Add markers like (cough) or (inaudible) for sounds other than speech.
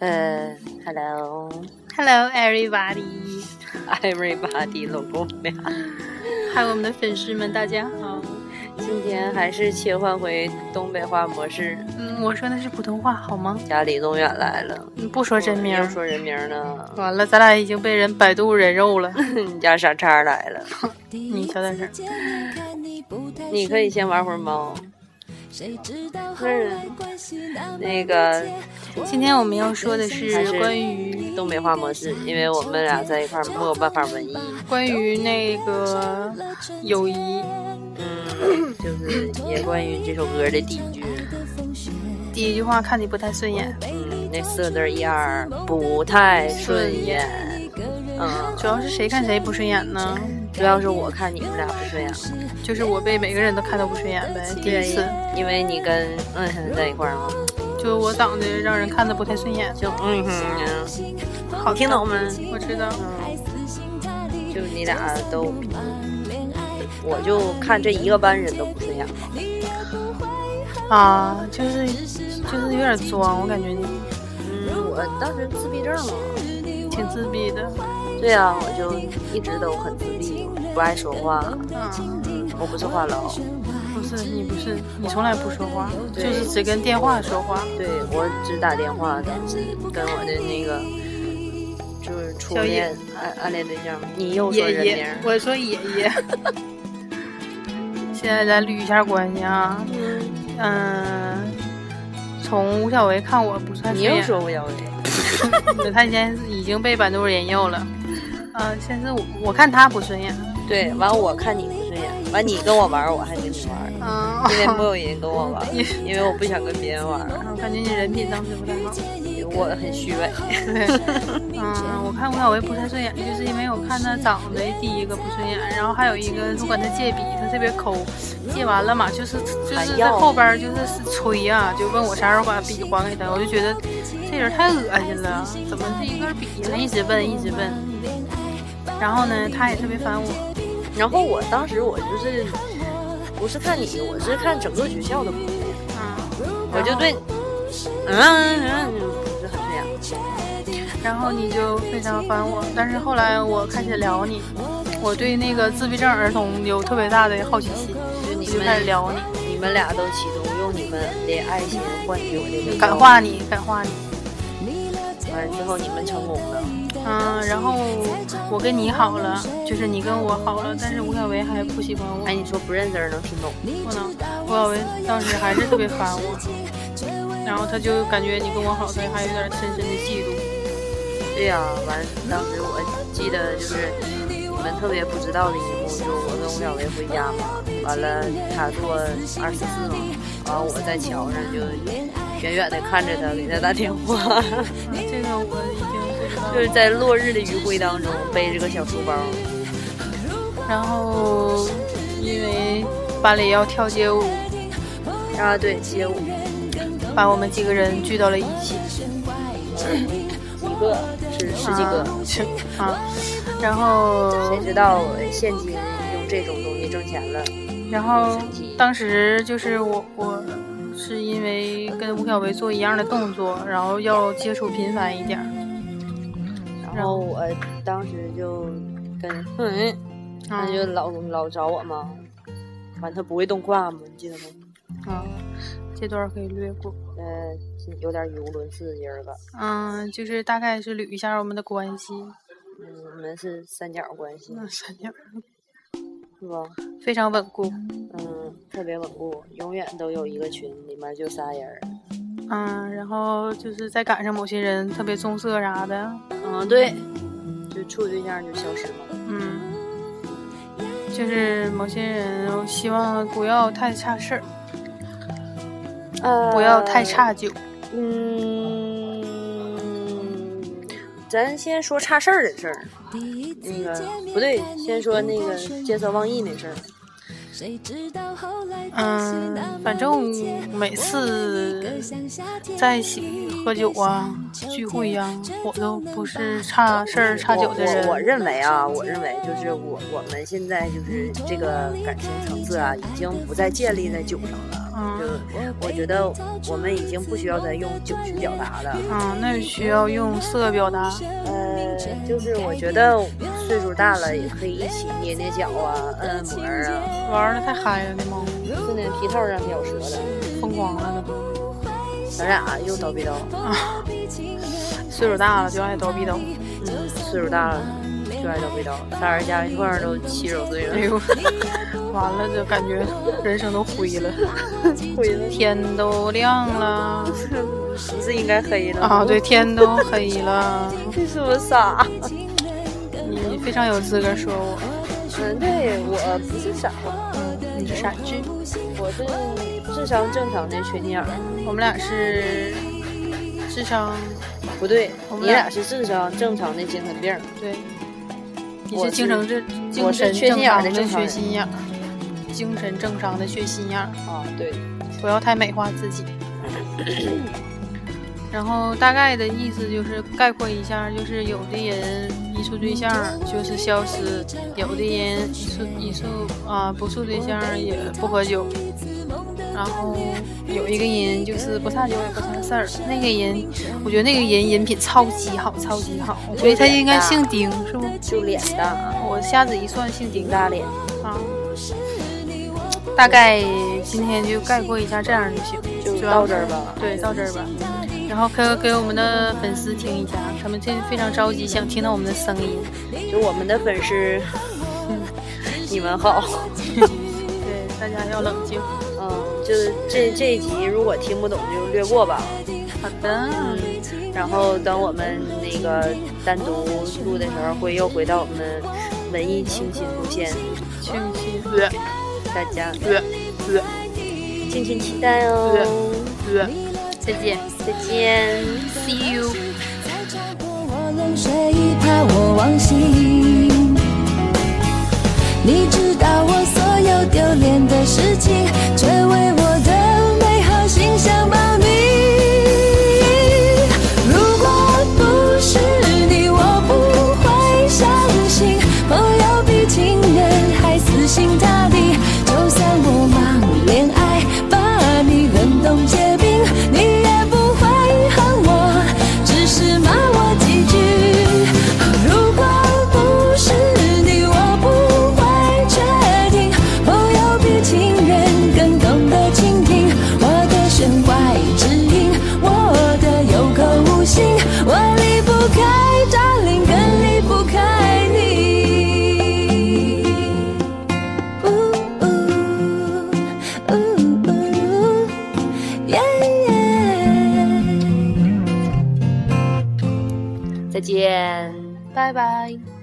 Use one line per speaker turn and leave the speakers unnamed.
呃，Hello，everybody，
Hello everybody，
老公们，
还有我们的粉丝们，大家好。
今天还是切换回东北话模式。
嗯，我说的是普通话好吗？
家里东远来了，
你不说真名
我
儿
又，嗯说人名呢。 (laughs)
完了，咱俩已经被人百度人肉了。
你家傻叉来了，
你小点声。
你可以先玩会儿猫。那个
今天我们要说的是
还是
关于
东北话模式，因为我们俩在一块儿没有办法文艺，
关于那个友谊
嗯，就是也关于这首歌的第一句，
第一句话，看你不太顺眼，
嗯，那四个字儿一二不太顺眼，嗯，
主要是谁看谁不顺眼呢？
主要是啊我看你们俩不顺眼。
就是我被每个人都看到不顺眼呗。第一次，
因为你跟嗯哼在一块儿吗？
就我长得让人看的不太顺眼。
就嗯哼，
好的
听懂吗
我知道。
嗯就你俩都，我就看这一个班人都不顺眼吧。
啊，就是就是有点装，我感觉你
嗯，我当时自闭症了。
挺自闭的。
对啊，我就一直都很自闭，不爱说话，
嗯，
我不是话痨。
不是你不是你从来不说话，就
对
是只跟电话说话。
对我只打电话，但是跟我的那个就是初恋暗暗恋对象，你又说人
爷
名
爷
儿，，
(laughs) 我说爷爷。现在咱捋一下关系啊，
嗯，
嗯，从吴小维看我不算
你
顺
又
眼，
说吴小伟，
(laughs) 他已经已经被百度人肉了。呃，现在我我看他不顺眼，
对，完我看你不顺眼，完你跟我玩儿，我还跟你玩儿。
嗯、
因为没有人跟我玩，因为我不想跟别人玩，
我感觉你人品当时不太好。
我很虚伪。
对，嗯，我看吴小维不太顺眼，就是因为我看他长得第一个不顺眼，然后还有一个我管他借笔，他特别抠，借完了嘛，就是就
还
是在
要
后边儿就是是催呀、就问我啥时候把笔还给他，我就觉得这人太恶心了，怎么这一根笔还一直问一直问，然后呢，他也特别烦我，
然后我当时我就是不是看你，我是看整个学校的不顺眼，
嗯，
我就对，嗯嗯嗯，不是很顺眼。
然后你就非常烦我，但是后来我开始聊你，我对那个自闭症儿童有特别大的好奇心，
就你
我就开始
们
聊你。
你们俩都企图用你们的爱情换取我的微
感
笑，
化你，感化你。
完之哎后你们成功了，
嗯，然后我跟你好了，就是你跟我好了，但是吴小维还不喜欢我，
哎，你说不认字儿能听懂？
不能。吴小维当时还是特别烦我，然后他就感觉你跟我好，他还有点深深的嫉妒。
对呀、完当时我记得就是你们特别不知道的一幕，就是我跟吴小维回家嘛，完了他坐二十四嘛，完我在桥上就远远的看着他，给他打电话，
嗯这个我已经不知道
(laughs) 就
了。
是在落日的余晖当中背着个小书包，
然后因为班里要跳街舞，
啊对街 (laughs) 舞
把我们几个人聚到了一起。
一个是十几个，
啊啊，然后
谁知道现金用这种东西挣钱了，
然后当时就是我我是因为跟吴小维做一样的动作，然后要接触频繁一点儿，
然后我当时就跟嗯。
啊
他就老老找我嘛，完他不会动胯嘛，你记得吗？
啊，这段儿可以略过。
呃，有点语无伦次的人吧。
嗯，就是大概是捋一下我们的关系，嗯
嗯，我们是三角关系，
那三角
是吧？
非常稳固。
嗯，特别稳固，永远都有一个群，里面就仨人儿。
嗯，然后就是再赶上某些人特别棕色啥的，
嗯，对，就处对象就消失了。
嗯，就是某些人我希望不要太差事儿，
呃
不要太。差酒。
嗯，咱先说差事
嗯
儿的事儿。那个不对，先说那个见色忘义那事儿。
嗯，反正每次在一起喝酒啊、聚会呀、我都不是差事儿差酒的人
我。我认为啊，我认为就是我我们现在就是这个感情层次啊，已经不再建立在酒上了。
嗯
就我觉得我们已经不需要再用酒去表达了。
嗯，那需要用色表达。
呃，就是我觉得岁数大了也可以一起捏捏脚啊，嗯按按摩啊，
玩的太嗨了，那帮
顺点啊皮套让表舌的。
疯狂了都。
咱俩又叨逼叨，
啊，岁数大了就爱叨逼叨。
嗯，岁数大了就爱叨逼叨，仨人加一块儿都七十多岁
哎
了， (laughs)
呦，完了，就感觉人生都灰了，
灰了，
天都亮了
不是应该黑了
啊，对，，天都黑了。
(laughs) 这是我傻。啊
你非常有资格说我，
嗯，对我不是傻，
嗯，你是傻子。
我是智商正常的缺心眼儿。
我们俩是智商，
不对，
我们
你
俩
俩是智商正常的精神病儿。
对，你
我
是
是
精神正，精
我是
神
缺
正
心眼儿
常
的
的
正常
缺
人
心眼儿，精神正常的缺心眼儿。
啊，对，
不要太美化自己。然后大概的意思就是概括一下，就是有的人一处对象就是消失，有的人一处一处啊、不处对象也不
(laughs)
喝酒，然后有一个人就是不差酒也不差事儿，那个人我觉得那个人人品超级好，超级好，我觉得他应该姓丁，是不？
就脸大，
我瞎子一算姓丁
挺
的
大脸。
啊。大概今天就概括一下，这样就行，
就
要
到这儿吧
对，到这儿吧。然后可给我们的粉丝听一下，他们现在非常着急，想听到我们的声音。
就我们的粉丝，你们 (laughs) 好。
对，大家要冷静。
嗯，就是这这一集如果听不懂就略过吧。
好的，
嗯，然后等我们那个单独录的时候，会又回到我们文艺清新路线，
亲亲约
大家
约约
敬请期待哦。
约，再见
再见。
，See you。
再超过我冷水一怕我忘形。你知道我所有丢脸的事情，却为我的美好形象保密。如果不是你，我不会相信朋友比情人还死心塌地。就算我忙恋爱，把你冷冻结冰，你也不会恨我，只是骂我几句。如果不是你，我不会确定，朋友比情人更懂得倾听我的弦外之音，我的有口无心，我离不开 darling，更离不开你。呜呜呜呜，耶耶。
再见，拜拜。